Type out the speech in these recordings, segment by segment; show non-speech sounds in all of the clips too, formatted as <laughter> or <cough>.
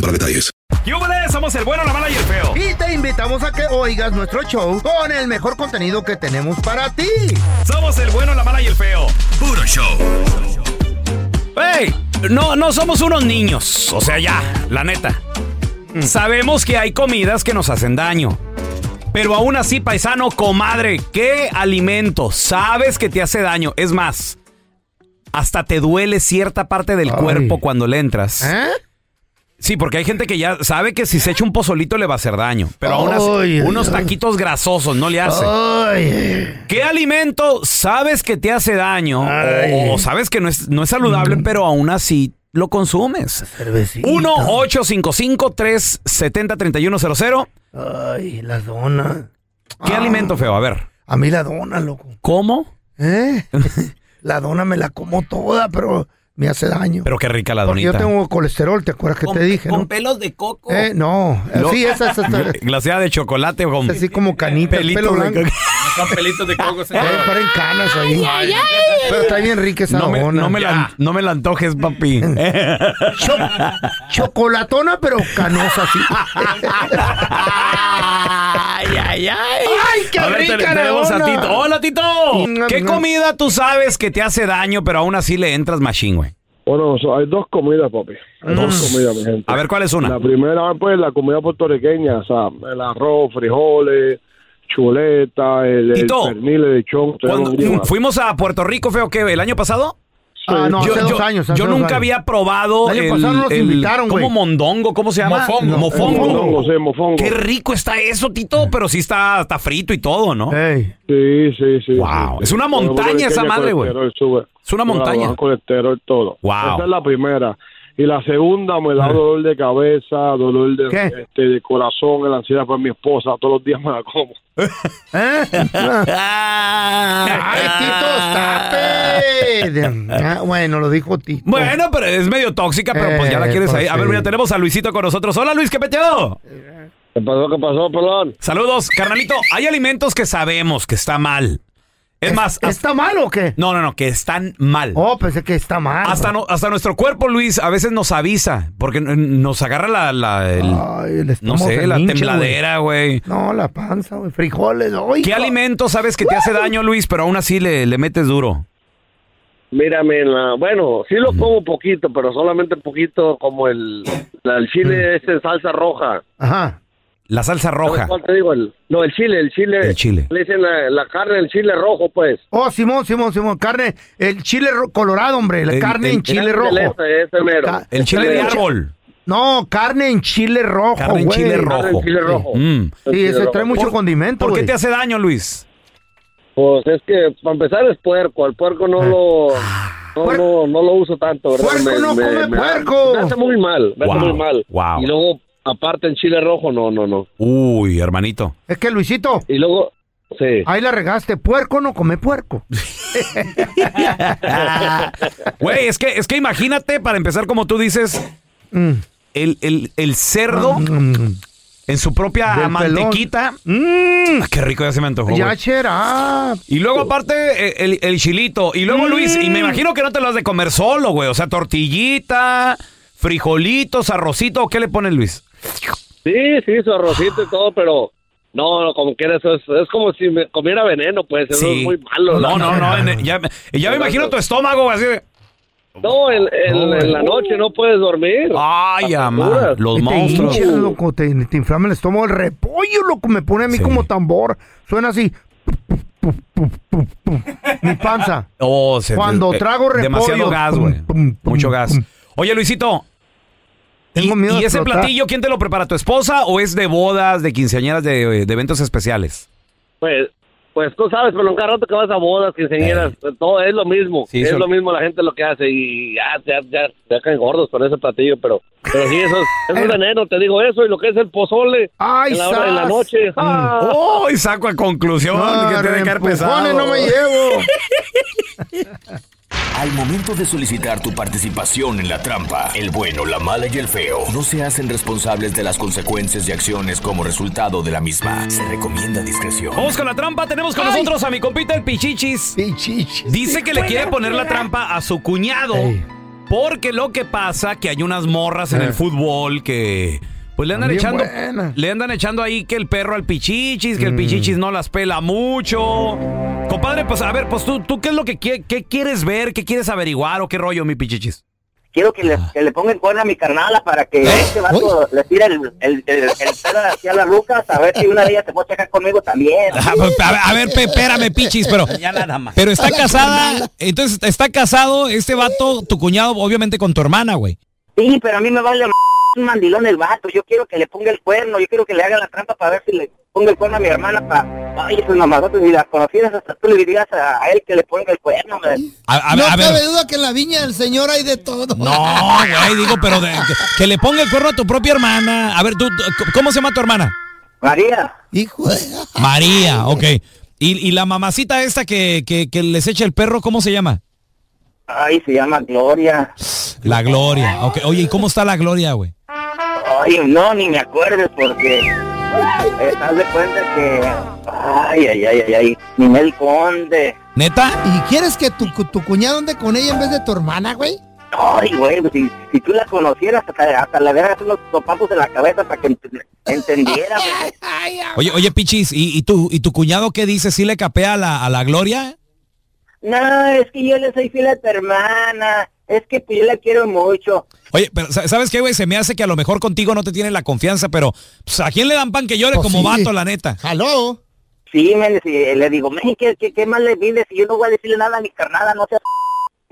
para detalles. ¡Yúbales! Somos el bueno, la mala y el feo. Y te invitamos a que oigas nuestro show con el mejor contenido que tenemos para ti. Somos el bueno, la mala y el feo. Puro show. ¡Ey! No, no somos unos niños. O sea, ya, la neta. Mm. Sabemos que hay comidas que nos hacen daño. Pero aún así, paisano, comadre, ¿qué alimento sabes que te hace daño? Es más, hasta te duele cierta parte del cuerpo cuando le entras. Sí, porque hay gente que ya sabe que si se echa un pozolito le va a hacer daño. Pero aún así, Ay, ay, unos taquitos grasosos no le hace. ¿Qué alimento sabes que te hace daño o, o sabes que no es, no es saludable, Mm. pero aún así lo consumes? 1-855-370-3100. Ay, las donas. ¿Qué alimento feo? A ver. Ah. A mí la dona, loco. ¿Cómo? <laughs> ¿Eh? la dona me la como toda, pero me hace daño. Pero qué rica la Porque donita. yo tengo colesterol, ¿te acuerdas que te dije? no? pelos de coco. Eh, no, eh, Lo- sí, esa, esa <laughs> está Glaseada de chocolate con así como canita, el pelitos pelo de blanco. coco. Son pelitos de coco, Eh, señor. paren canas ahí. Pero está bien rica esa No me, dona. no, me la, no me la antojes, <laughs> papi. <laughs> Cho- chocolatona, pero canosa, sí. ay, ay, ay. ¡Ay, qué A ver, rica te- la tenemos a dona! Tito. Hola, Tito. Mm, ¿Qué mm. comida tú sabes que te hace daño, pero aún así le entras machín, güey? Bueno, so- hay dos comidas, papi. Hay dos comidas, mi gente. Ah. A ver, ¿cuál es una? La primera, pues, la comida puertorriqueña, o sea, el arroz, frijoles, chuleta, el, el Tito, pernil, el lechón. todo Cuando lo que lleva. <laughs> fuimos a Puerto Rico, feo que el año pasado. Ah, no, yo hace dos yo- años. yo hace dos nunca años. había probado El el, año pasado nos el- invitaron, ¿cómo güey. mondongo, ¿cómo se llama? Mofongo. Mofongo. Mofongo, sí, mofongo. Qué rico está eso, Tito, pero sí está, está frito y todo, ¿no? Ey. Sí, sí, sí. Wow, sí. es una La montaña esa puertorriqueña, madre, güey. colesterol sube. Es una Me la montaña. baja colesterol todo. Wow. Esa es la primera. Y la segunda me da Ah. dolor de cabeza, dolor de, ¿Qué? este, de corazón, la ansiedad por mi esposa. Todos los días me la como. <laughs> ¿Eh? Ah. ¡Ay, Tito, estate! Ah, bueno, lo dijo Tito. Bueno, pero es medio tóxica, pero pues ya la Eh, quieres pues ahí. A ver, sí. mira, tenemos a Luisito con nosotros. Hola, Luis, ¿qué peteado? ¿Qué pasó? ¿Qué pasó, pelón? Saludos, carnalito. Hay alimentos que sabemos que está mal. Es más, hasta- ¿Está mal o qué? no, no, no, que están mal. Oh, pensé que está mal. Hasta, no- hasta nuestro cuerpo, Luis, a veces nos avisa, porque n- nos agarra la, la- el- Ay, el no estómago sé, se la hincha, tembladera, güey. güey. No, la panza, güey. Frijoles, oye. ¿Qué alimento sabes que te hace daño, Luis, pero aún así le, le metes duro? Mírame, la, bueno, sí lo como poquito, pero solamente poquito como el, la- el chile es en salsa roja. Ajá. La salsa roja. ¿Sabes cuál te digo? El- no, el chile, el chile. El chile. Le dicen la, la carne, el chile rojo, pues. Oh, Simón, Simón, Simón. Carne, el chile ro- colorado, hombre. La El- carne el- en chile Ese, rojo. Ese, ese mero. Ca- El chile de árbol. No, carne en chile rojo, güey. Carne en chile Carne, el rojo. chile rojo. Mm. El Sí, chile ese rojo. trae mucho ¿Por- condimento, ¿Por qué güey. te hace daño, Luis? Pues es que, para empezar, es puerco. Al puerco no lo... No, Puer- no, no lo uso tanto, ¿verdad? Ah. Puerco no come da- puerco. Me hace muy mal, me hace Wow, muy mal. wow. Y luego, aparte, en chile rojo, no, no, no. Uy, hermanito. Es que, Luisito, Y luego, sí. ahí la regaste. Puerco no come <laughs> puerco. Güey, es que, es que imagínate, para empezar, como tú dices, Mm. el, el- el cerdo en su propia Del mantequita. Mm, qué rico, ya se me antojó. Ya güey. chera. Y luego aparte eh, el, el chilito. Y Mm. luego Luis, y me imagino que no te lo has de comer solo, güey. O sea, tortillita, frijolitos, arrocito. ¿Qué le pone Luis? Sí, sí, su arrocito y todo, pero no, no, como quiera, eso es, es como si me comiera veneno, pues, eso es muy malo. la- No, no, no. en- ya me- ya me imagino tu estómago güey, así de... No, en, en- en la noche no puedes dormir. Uh, Ay, amá, los Y te monstruos. hincha, loco, te, te inflama el estómago. El repollo, loco, me pone a mí Sí. como tambor. Suena así. Mi panza. Oh, se- Cuando trago repollo. Demasiado gas, güey. Pum, pum, pum, Mucho gas. pum. Oye, Luisito. Tengo ¿y- miedo ¿Y de ese explotar. platillo quién te lo prepara? ¿Tu esposa o es de bodas, de quinceañeras, de, de eventos especiales? Pues, pues tú sabes, pero en cada rato que vas a bodas, quinceañeras, todo es lo mismo. Eh. Sí, es eso- lo mismo la gente lo que hace y ya, ya, ya, te caen gordos con ese platillo, pero, pero sí, eso es, eso es veneno, te digo eso, y lo que es el pozole Ay, en, la, hora- en la sas. Mm. noche. ¡ah! ¡Oh! Y saco a conclusión que tiene que haber pesado. empujones no me llevo. Al momento de solicitar tu participación en la trampa, el bueno, la mala y el feo no se hacen responsables de las consecuencias y acciones como resultado de la misma. Se recomienda discreción. Vamos con la trampa. Tenemos con nosotros a mi compita el Pichichis. Pichichis. Dice que le quiere poner la trampa a su cuñado Ey. porque lo que pasa que hay unas morras en Eh. el fútbol que pues le andan Bien echando buena. le andan echando ahí que el perro al pichichis, que el pichichis no las pela mucho. Compadre, pues a ver, pues tú tú qué es lo que quie- qué quieres ver, qué quieres averiguar o qué rollo mi pichichis? Ah. ¿Eh? quiero que le, que le pongan cuerda a mi carnala para que este vato le tire el, el, el, el pelo hacia las lucas, a ver si una de ellas se puede checar conmigo también. A pues, ver, a ver, pe- espérame, pichis, pero. Ya nada más. Pero está casada. Entonces, está casado este vato, tu cuñado, obviamente con tu hermana, güey. Sí, pero a mí me vale un mandilón el vato, yo quiero que le ponga el cuerno, yo quiero que le haga la trampa para ver si le ponga el cuerno a mi hermana para... Ay, esos mamadotes, si las conocieras hasta tú le dirías a, a él que le ponga el cuerno, hombre. A, a- no a ver. cabe duda que en la viña del señor hay de todo. No, güey, digo, pero de- que, que le ponga el cuerno a tu propia hermana. A ver, tú, tú- ¿cómo se llama tu hermana? María, Hijo de... <laughs> María, ok. Y, y la mamacita esta que, que- que les echa el perro, ¿cómo se llama? ay, se llama Gloria. La Gloria. ok. Oye, ¿y cómo está la Gloria, güey? Ay, no, ni me acuerdes porque estás de cuenta que... Ay, ay, ay, ay, ay, Ninel Conde. ¿Neta? ¿Y quieres que tu, cu- tu cuñado ande con ella en vez de tu hermana, güey? Ay, güey, pues, si, si tú la conocieras, hasta, hasta le dejas unos topazos en la cabeza para que ent- entendiera. güey. Oye, oye, pichis, ¿y, y tu, ¿y tu cuñado qué dice? ¿Sí le capea a la, a la Gloria? No, es que yo le soy fiel a tu hermana. Es que pues, yo la quiero mucho. Oye, pero sa- ¿sabes qué, güey? Se me hace que a lo mejor contigo no te tienen la confianza, pero pues, ¿a quién le dan pan que llore Pues como sí. vato, la neta? ¿Jaló? Sí, men, sí, le digo, Pues, men, ¿qué, qué, qué más le pides? Si yo no voy a decirle nada a mi carnada, no seas... <laughs>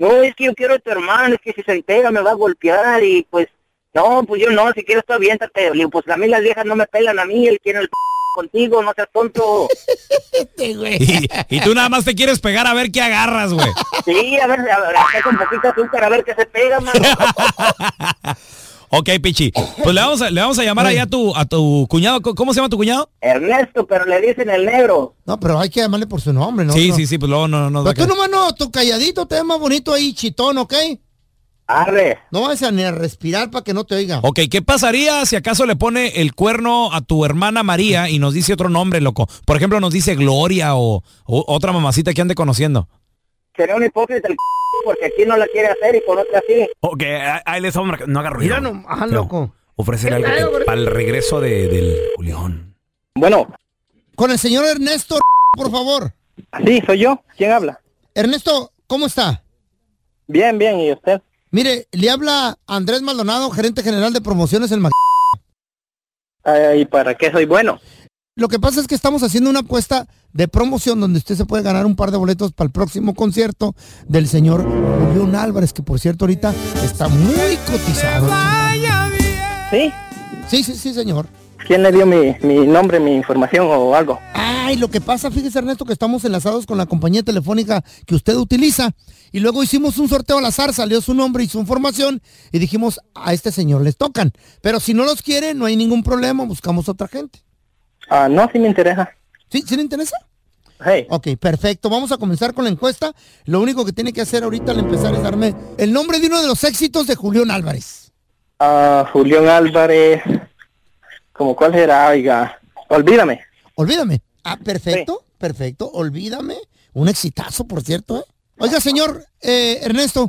No, es que yo quiero a tu hermana, es que si se entera me va a golpear y pues... No, pues yo no, si quieres tú aviéntate. Le digo, pues a mí las viejas no me pelan a mí, él quiere el <laughs> p- contigo, no seas tonto. <laughs> Y, y tú nada más te quieres pegar a ver qué agarras, güey. Sí, a ver, a ver, acá con poquita azúcar, a ver qué se pega, mano. Ok, pichi. Pues le vamos a, le vamos a llamar allá a tu, a tu cuñado. ¿Cómo- ¿Cómo se llama tu cuñado? Ernesto, pero le dicen el negro. No, pero hay que llamarle por su nombre, ¿no? sí, No. sí, sí, pues luego no, no, nos va a Pero tú quedar. nomás no, tu calladito te ves más bonito ahí, chitón, ¿ok? Arre. No vas a ni a respirar para que no te oiga. Ok, ¿qué pasaría si acaso le pone el cuerno a tu hermana María y nos dice otro nombre, loco? Por ejemplo, nos dice Gloria o, o otra mamacita que ande conociendo. Sería un hipócrita <laughs> el c- porque aquí no la quiere hacer y con otra sí. Ok, a- ahí les vamos a marcar. no haga Mira ruido. Ah, nomás, Pero loco. Ofrécele algo que- para el regreso de- del Julián. Bueno, Con el señor Ernesto, por favor. sí, soy yo. ¿Quién habla? Ernesto, ¿cómo está? Bien, bien, ¿y usted? Mire, le habla Andrés Maldonado, gerente general de promociones en Mac. Ah, Ay, ¿Y para qué soy bueno? Lo que pasa es que estamos haciendo una apuesta de promoción donde usted se puede ganar un par de boletos para el próximo concierto del señor Julián Álvarez, que por cierto ahorita está muy cotizado. ¿Sí? Sí, sí, sí, señor. ¿Quién le dio mi, mi nombre, mi información o algo? Ay, lo que pasa, fíjese Ernesto, que estamos enlazados con la compañía telefónica que usted utiliza. Y luego hicimos un sorteo al azar, salió su nombre y su información y dijimos, a este señor les tocan. Pero si no los quiere, no hay ningún problema, buscamos otra gente. Ah, no, sí me interesa. ¿Sí? ¿Sí le interesa? Hey, Ok, perfecto. Vamos a comenzar con la encuesta. Lo único que tiene que hacer ahorita al empezar es darme el nombre de uno de los éxitos de Julián Álvarez. Ah, Julián Álvarez. ¿Como cuál será? Oiga, olvídame. Olvídame. Ah, perfecto, perfecto. Olvídame. Un exitazo, por cierto, ¿eh? Oiga, señor eh, Ernesto.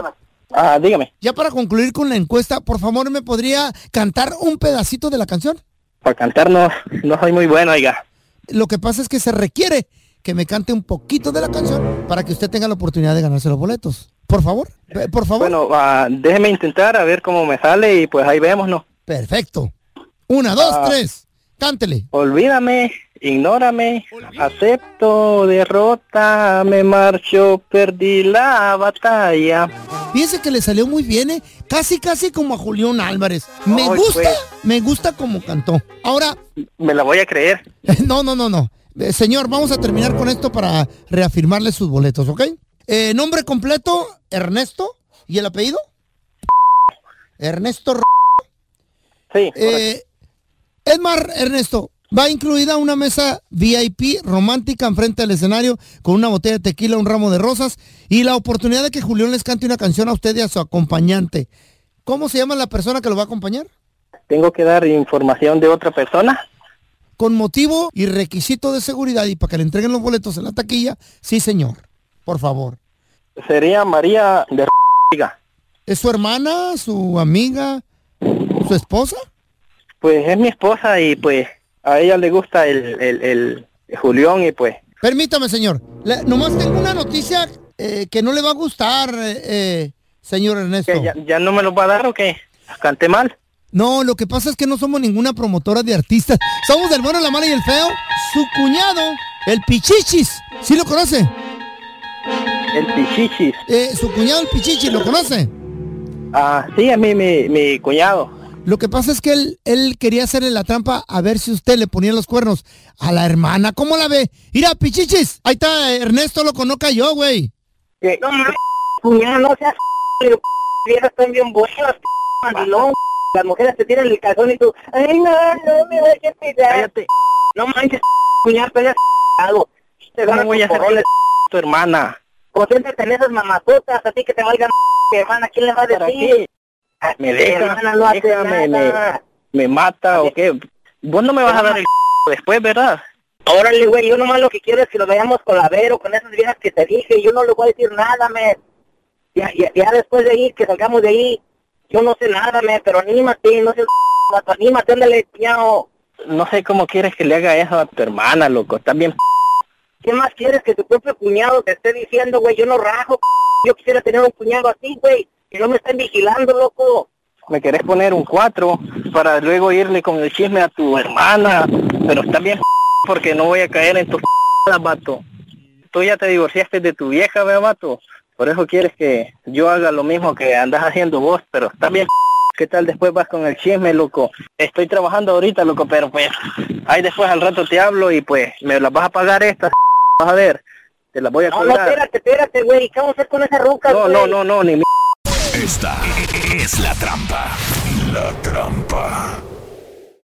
Ah, dígame. Ya para concluir con la encuesta, por favor, ¿me podría cantar un pedacito de la canción? Para cantar no, no soy muy bueno, oiga. Lo que pasa es que se requiere que me cante un poquito de la canción para que usted tenga la oportunidad de ganarse los boletos. Por favor, eh, por favor. Bueno, ah, déjeme intentar a ver cómo me sale y pues ahí vemos, ¿no? Perfecto. Una, dos, Ah. tres. Cántele. Olvídame, ignórame, acepto derrota, me marcho, perdí la batalla. Fíjense que le salió muy bien, ¿eh? Casi, casi como a Julián Álvarez. Me Ay, gusta, pues. me gusta como cantó. Ahora, Me la voy a creer. <laughs> no, no, no, no. Eh, señor, vamos a terminar con esto para reafirmarle sus boletos, ¿ok? Eh, nombre completo, Ernesto. ¿Y el apellido? Ernesto R- Sí. Eh, Edmar, Ernesto, va incluida una mesa VIP romántica enfrente del escenario con una botella de tequila, un ramo de rosas y la oportunidad de que Julián les cante una canción a usted y a su acompañante. ¿Cómo se llama la persona que lo va a acompañar? Tengo que dar información de otra persona. Con motivo y requisito de seguridad y para que le entreguen los boletos en la taquilla, sí señor, por favor. Sería María de Oiga. ¿Es su hermana, su amiga, su esposa? Pues es mi esposa y pues a ella le gusta el, el, el, Julián y pues Permítame, señor. Le- nomás tengo una noticia eh, que no le va a gustar, eh, eh, señor Ernesto. ¿qué, ya, ya no me lo va a dar o qué? Canté mal. No, lo que pasa es que no somos ninguna promotora de artistas. Somos del bueno, la mala y el feo. Su cuñado, el Pichichis. ¿Sí lo conoce? El pichichis. Eh, su cuñado, el Pichichis, ¿lo conoce? Ah, sí, a mí mi, mi cuñado. Lo que pasa es que él, él quería hacerle la trampa a ver si usted le ponía los cuernos a la hermana. ¿Cómo la ve? Mira, Pichichis. Ahí está, eh, Ernesto lo conozca yo, güey. ¿Qué? No, no, cuñado, no seas p***, viejas están bien buenas, <laughs> p***, no, las mujeres te tiran el calzón y tú, ay, no, no me dejes tirar. Cállate, no manches, <laughs> p***, cuñado, te hayas algo. Te van voy a hacer tu hermana. Concéntrate en esas mamazotas, a ti que te valgan <laughs> mi hermana, ¿quién le va a decir? Me deja, hermana no hace nada. Me, mata o qué. Vos no me vas a dar el después, ¿verdad? Órale, güey, yo nomás lo que quiero es que lo veamos coladero con esas viejas que te dije, yo no le voy a decir nada, me. Ya, ya, ya después de ahí, que salgamos de ahí, yo no sé nada, me, pero anímate, no sé, <laughs> vato, anímate, ándale, piñao. No sé cómo quieres que le haga eso a tu hermana, loco, está bien. ¿Qué más quieres que tu propio cuñado te esté diciendo, güey? Yo no rajo, <laughs> yo quisiera tener un cuñado así, güey, que no me estén vigilando, loco. Me querés poner un cuatro para luego irle con el chisme a tu hermana, pero está bien porque no voy a caer en tus vato. Tú ya te divorciaste de tu vieja, ¿verdad, vato? Por eso quieres que yo haga lo mismo que andas haciendo vos, pero está bien. ¿Qué tal después vas con el chisme, loco? Estoy trabajando ahorita, loco, pero pues ahí después al rato te hablo y pues me las vas a pagar estas, vas a ver. Te las voy a No, no, espérate, pues. espérate, güey. ¿Qué vamos a hacer con esa ruca, No, no, no, no, ni Esta es la trampa. La trampa.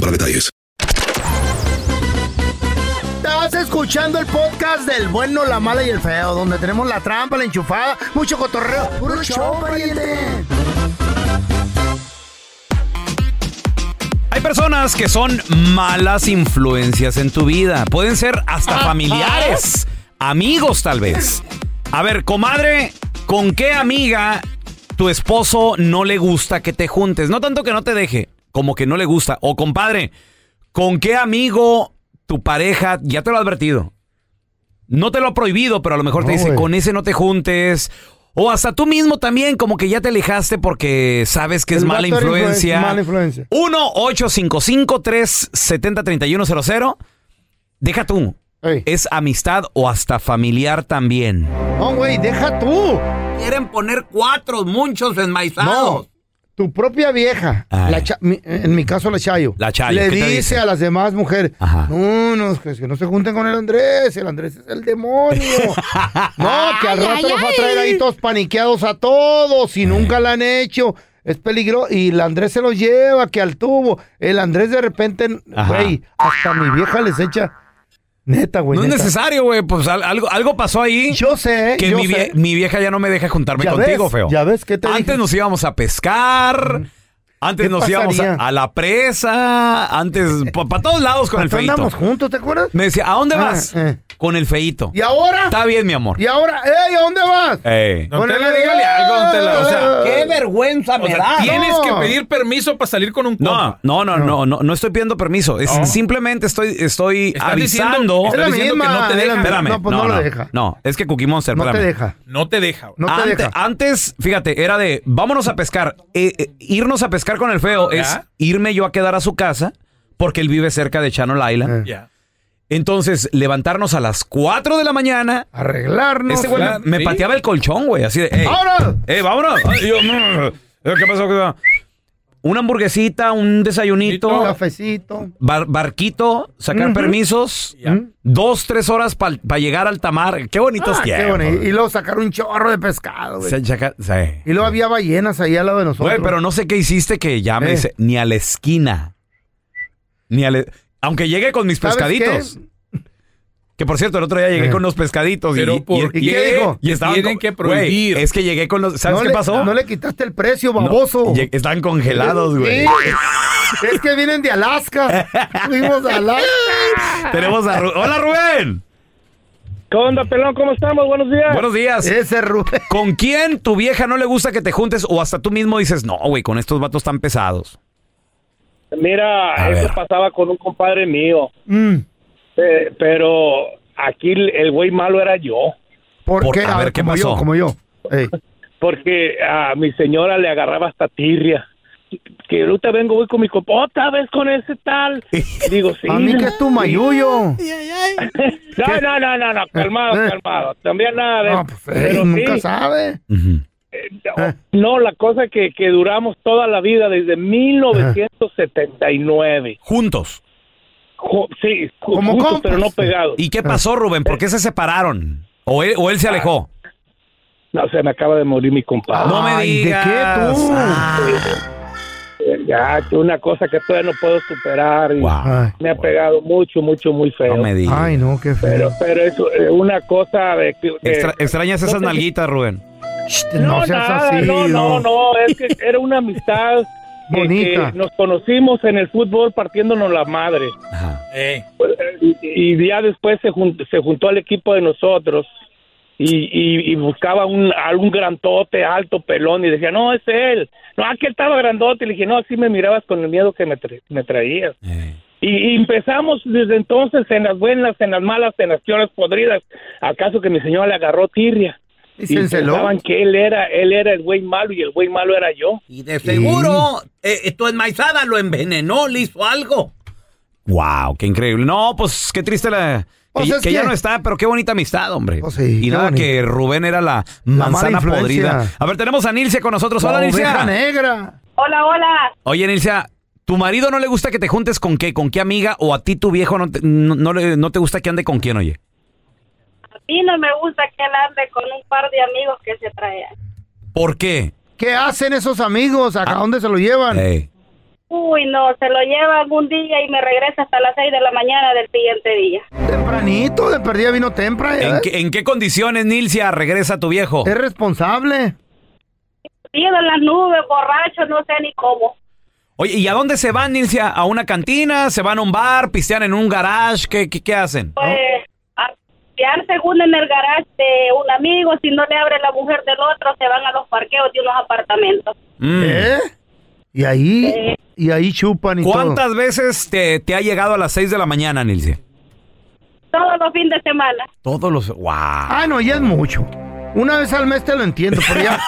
para detalles. Estás escuchando el podcast del bueno, la mala y el feo, donde tenemos la trampa, la enchufada, mucho cotorreo. ¡Puro show, pariente! Hay personas que son malas influencias en tu vida. Pueden ser hasta familiares, amigos tal vez. A ver, comadre, ¿con qué amiga tu esposo no le gusta que te juntes? No tanto que no te deje, como que no le gusta. O compadre, ¿con qué amigo tu pareja, ya te lo ha advertido, no te lo ha prohibido, pero a lo mejor te No, dice, güey. con ese no te juntes? O hasta tú mismo también, como que ya te alejaste porque sabes que es El mala vato era influen- influencia. Mala influencia. 1-855-370-3100. Deja tú. Es amistad o hasta familiar también. No, güey, deja tú. Quieren poner cuatro muchos No, enmaizados. tu propia vieja, la cha- mi- en mi caso la Chayo, Ah, La Chayo, le ¿qué te dice, dice? a las demás mujeres, no, no, que, que no se junten con el Andrés, el Andrés es el <laughs> demonio. no, que al Ay, rato ay, los va a ay. traer ahí todos paniqueados a todos y nunca la han hecho. Es peligro y el Andrés se los lleva, que al tubo. El Andrés de repente, Ajá. güey, hasta mi vieja les echa. Neta, güey. No es neta. necesario, güey. Pues al- algo, algo pasó ahí. Yo sé. ¿eh? Que yo mi, vie- sé. mi vieja ya no me deja juntarme Ya contigo, ves, feo. ya ves, ¿qué te Antes dije? nos íbamos a pescar. Antes ¿Qué nos íbamos a, pasaría? a la presa. Antes, para todos lados con el Hasta feito. andamos juntos, ¿te acuerdas? Me decía, ¿a dónde Ah, vas? Con el feito. ¿Y ahora? Está bien, mi amor. Y ahora, ¡ey! ¿A dónde vas? Ey. Don Tela, dígale algo, don Tela, o <laughs> sea, qué vergüenza O sea, tienes que pedir permiso para salir con un compa. No, no, no, no, no, no estoy pidiendo permiso. Es, No. Simplemente estoy, estoy Estás diciendo- avisando. estás Es la diciendo que misma, no te es la deja. misma. Espérame. No, pues no lo deja. No, es que Cookie Monster, No te espérame. deja. No te deja. Ante- antes, fíjate, era de vámonos a pescar. Eh, eh, irnos a pescar con el feo Ya. es irme yo a quedar a su casa porque él vive cerca de Channel Island. Ya. Entonces, levantarnos a las 4 de la mañana. Arreglarnos. Este güey me- Claro, me, sí. pateaba el colchón, güey. Así de, "Ey, ¡Ahora! ¡Eh, vámonos! Ay, yo, mm, eh, ¿Qué pasó? ¿Qué pasó? Una hamburguesita, un desayunito, Un cafecito. bar- barquito, sacar Ujú. permisos, dos, tres horas para llegar al tamar. Qué bonitos Ah, qué tiempos. bonito. Y luego sacar un chorro de pescado, güey. Se- saca- sí. Y luego había ballenas ahí al lado de nosotros. Güey, pero no sé qué hiciste que ya me Eh. dice, ni a la esquina. Ni a la- Aunque llegue con mis ¿Sabes pescaditos. Que por cierto, el otro día llegué Eh. con los pescaditos. y- Pero y, ¿por y- qué? llegué dijo? y estaban Tienen con- que güey, prohibir. es que llegué con los. ¿Sabes No qué le- pasó? No le quitaste el precio, No, baboso. lleg- estaban congelados, güey. Sí. es que vienen de <laughs> Alaska. Fuimos a Alaska. Tenemos a Ru- Hola, Rubén. ¿Qué onda, pelón? ¿Cómo estamos? Buenos días. Buenos días. Ese Rubén. ¿Con quién tu vieja no le gusta que te juntes o hasta tú mismo dices, no, güey, con estos vatos tan pesados? Mira, A eso ver. pasaba con un compadre mío, Mm, eh, pero aquí el el güey malo era yo. ¿Por, qué? A ver, como yo, como yo. Ey. Porque a mi señora le agarraba hasta tirria. Que ahorita vengo, voy con mi compa, otra vez con ese <laughs> tal. Digo, sí. A mí que es tu mayuyo. <laughs> No, no, no, no, no, <laughs> calmado, calmado. También nada de No, eso. pues, ey, Pero nunca sí, sabe. Eh, Oh, No, la cosa que, que duramos toda la vida desde 1979. Juntos. Jo- sí, ju- Como juntos, compas. pero no pegados. ¿Y qué pasó, Rubén? ¿Por qué se separaron? ¿O él, o él se alejó? Ah, No, se me acaba de morir mi compadre. No me digas. Eh, Ya, que una cosa que todavía no puedo superar. y Ay. me ha pegado mucho, mucho, muy feo. No me digas. Ay, no, qué feo. Pero, pero es eh, una cosa de... que- de- Extra- extrañas esas eh, no te- nalguitas, Rubén. No, no seas nada, así, no, no, no. no, es que era una amistad que- Bonita. que nos conocimos en el fútbol partiéndonos la madre. Eh. Y, y ya después se, jun- se juntó al equipo de nosotros y, y- y buscaba un, algún grandote, alto, pelón y decía, no, es él. No, aquel estaba grandote. Y le dije, no, así me mirabas con el miedo que me, tra- me traías. Y, y empezamos desde entonces en las buenas, en las malas, en las peores podridas. Acaso que mi señora le agarró tirria. Y Y, se enceló. pensaban que él era, él era el güey malo y el güey malo era yo. Y de Seguro, eh, eh, tu enmaizada lo envenenó, le hizo algo. Wow, qué increíble. No, pues qué triste la. Pues que, es que ya que- no está, pero qué bonita amistad, hombre. Pues sí, y qué nada, bonito. que Rubén era la La mala manzana influencia. podrida. A ver, tenemos a Nilce con nosotros. Hola, La oveja Nilce. negra. Hola, hola. Oye, Nilcia, ¿tu marido no le gusta que te juntes con qué? ¿Con qué amiga? ¿O a ti tu viejo no te, no, no le- no te gusta que ande con quién, oye? A mí no me gusta que él ande con un par de amigos que se traen. ¿Por qué? Ah. ¿Qué hacen esos amigos? ¿A dónde se lo llevan? Uy, no, se lo lleva algún día y me regresa hasta las 6 de la mañana del siguiente día. Tempranito, de perdida vino temprano. ¿eh? ¿En qué, en qué condiciones, Nilcia, regresa tu viejo? Es responsable. Tido en las nubes, borracho, no sé ni cómo. Oye, ¿y a dónde se van, Nilcia? ¿A una cantina? ¿Se van a un bar? ¿Pistean en un garage? ¿Qué, qué, qué hacen? Pues, a piar según en el garage de un amigo, si no le abre la mujer del otro, se van a los parqueos de unos apartamentos. ¿Eh? Y Eh. ahí, y ahí chupan y todo. ¿Cuántas veces te, te ha llegado a las 6 de la mañana, Nilcia? Todos los fines de semana. Todos los... ¡Wow! Ah, no, ya es mucho. Una vez al mes te lo entiendo, pero <laughs> ya.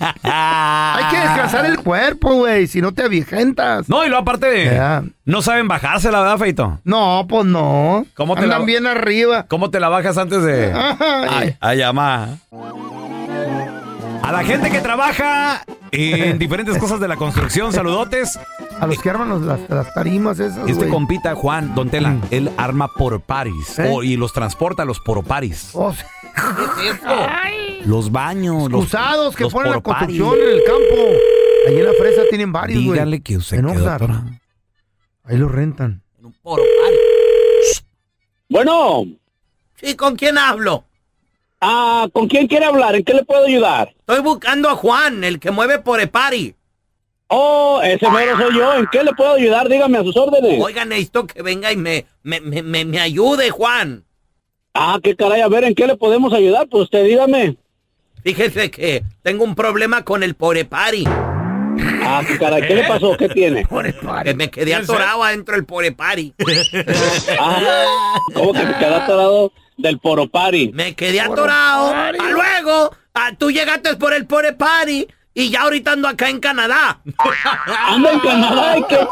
Hay que descansar el cuerpo, güey, si no te aviejentas. No, y lo aparte de... No saben bajarse, la verdad, Feito. No, pues no. ¿Cómo te Andan la- bien arriba. ¿Cómo te la bajas antes de...? Ay. Ay, ay, amá. A la gente que trabaja en diferentes cosas de la construcción, saludotes. A los que arman los- las, las tarimas esas, Este güey. Mm. compita, Juan Don Tela, él arma por paris ¿Eh? o- y los transporta a los por paris. Oh, sí. Los baños, los Usados que los ponen la poroparis. construcción en el campo. Ahí en la fresa tienen varios, güey. Dígale que usted En quedó Oxnard. atorado. Ahí lo rentan. Bueno. Sí, ¿con quién hablo? Ah, ¿con quién quiere hablar? ¿En qué le puedo ayudar? Estoy buscando a Juan, el que mueve por Epari. Oh, ese mero soy yo. ¿En qué le puedo ayudar? Dígame a sus órdenes. Oigan, necesito que venga y me, me, me, me, me ayude, Juan. Ah, qué caray, a ver, ¿en qué le podemos ayudar? Pues usted dígame. Fíjese que tengo un problema con el por Epari. Ah, qué caray, ¿qué le pasó? ¿Qué <laughs> tiene? Que me quedé atorado adentro del por Epari. <laughs> Ah, ¿Cómo que te quedaste atorado del poropari? Me quedé atorado. Ah, luego, ah, tú llegaste por el Pore Party y ya ahorita ando acá en Canadá. Anda en Canadá y que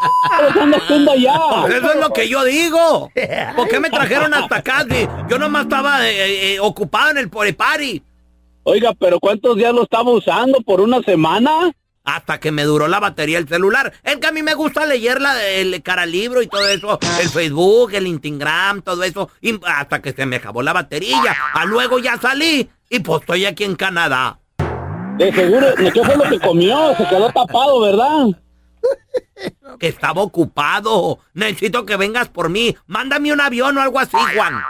andas tú allá. Eso es lo que yo digo. ¿Por qué me trajeron hasta acá? Si Yo nomás estaba eh, eh, ocupado en el Pore Party Oiga, pero ¿cuántos días lo estaba usando? ¿Por una semana? hasta que me duró la batería del celular. Es que a mí me gusta leer la, el cara libro y todo eso, el Facebook, el Instagram, todo eso, y hasta que se me acabó la batería. Ah, luego ya salí y pues estoy aquí en Canadá. De seguro, ¿no? ¿qué fue lo que comió? Se quedó tapado, ¿verdad? <laughs> que estaba ocupado. Necesito que vengas por mí. Mándame un avión o algo así, Juan.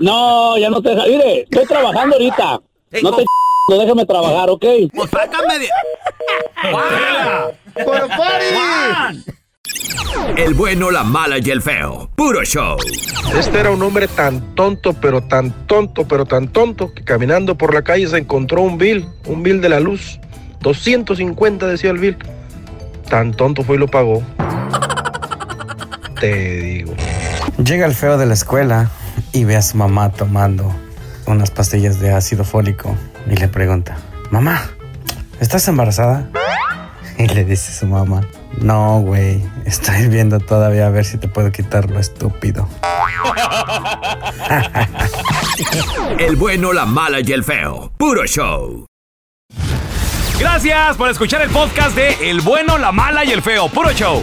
No, ya no te... Mire, estoy trabajando ahorita. No te... No déjame trabajar, ¿ok? Pues sácame de... El bueno, la mala y el feo. Puro show. Este era un hombre tan tonto, pero tan tonto, pero tan tonto, que caminando por la calle se encontró un bill, un bill de la luz. 250 decía el bill. Tan tonto fue y lo pagó. Te digo. Llega el feo de la escuela y ve a su mamá tomando unas pastillas de ácido fólico y le pregunta, mamá, ¿estás embarazada? Y le dice su mamá, no, güey, estoy viendo todavía a ver si te puedo quitar lo estúpido. El bueno, la mala y el feo. Puro show. Gracias por escuchar el podcast de El bueno, la mala y el feo. Puro show.